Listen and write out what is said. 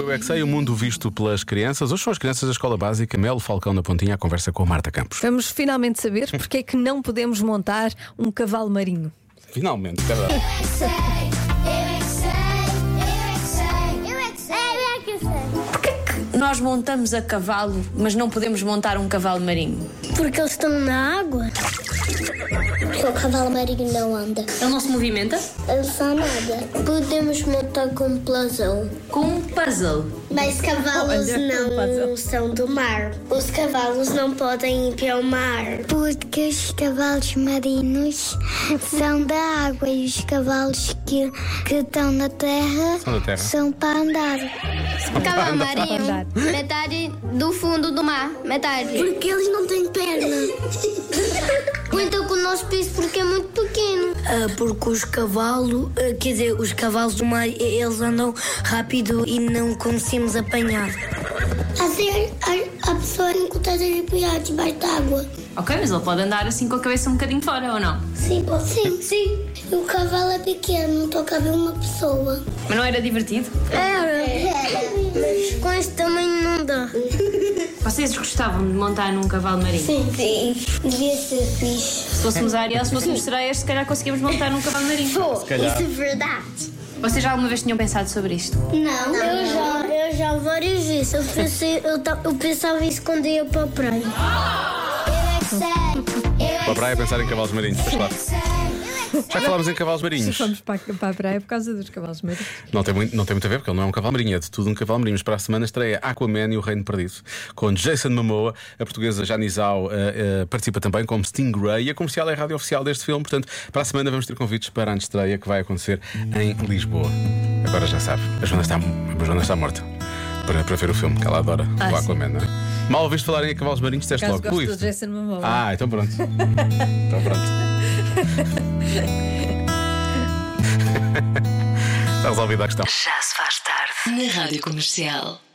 Eu é que sei, o mundo visto pelas crianças. Hoje são as crianças da escola básica. Melo Falcão da Pontinha, a conversa com a Marta Campos. Vamos finalmente saber porque é que não podemos montar um cavalo marinho. Finalmente, cara. Eu é que sei, eu é que sei, eu é que sei, eu é que sei, eu é que sei. Nós montamos a cavalo, mas não podemos montar um cavalo marinho. Porque eles estão na água. Porque o cavalo marinho não anda. Ele não se movimenta? Ele só nada. Podemos montar com plasão. Com um puzzle. Mas cavalos não são do mar. Os cavalos não podem ir para o mar. Porque os cavalos marinhos são da água e os cavalos que, que estão na terra São da terra. são para andar. Cavalo marinho, Andar. metade do fundo do mar, metade. Porque eles não têm perna. Então com o nosso piso porque é muito pequeno. Ah, porque os cavalos, ah, quer dizer, os cavalos do mar, eh, eles andam rápido e não conseguimos apanhar. Assim a, a pessoa é não consegue respirar debaixo d'água. Ok, mas ele pode andar assim com a cabeça um bocadinho fora ou não? Sim, sim, sim. E o cavalo é pequeno, não toca ver uma pessoa. Mas não era divertido? É, mas com este tamanho não dá. Vocês gostavam de montar num cavalo marinho? Sim, sim. Devia ser fixe. Se fôssemos Ariel, se fôssemos sereias, se calhar conseguíamos montar num cavalo marinho. Pô, isso é verdade. Vocês já alguma vez tinham pensado sobre isto? Não, eu já, eu já várias vezes. Eu, pensei, eu, ta- eu pensava isso quando ia para a praia. Eu é que sei, eu Para a praia pensar em cavalos marinhos, pois claro. Já que falámos em cavalos marinhos. Vamos para, a- para a praia por causa dos cavalos marinhos. Não tem, muito, não tem muito a ver, porque ele não é um cavalo marinho, é de tudo um cavalo marinho. Mas para a semana estreia Aquaman e o Reino Perdido, com Jason Momoa. A portuguesa Janizal participa também como Stingray. E a comercial é a rádio oficial deste filme. Portanto, para a semana vamos ter convites para a estreia que vai acontecer em Lisboa. Agora já sabe, a Joana está, a Joana está morta para, para ver o filme, que ela adora, Ah, o sim. Aquaman. Não é? Mal ouviste falarem em cavalos marinhos, disseste Caso logo. gosto "Ui, do Jason Momoa. ah, então pronto. então pronto. Está resolvida a questão. Já se faz tarde na Rádio Comercial.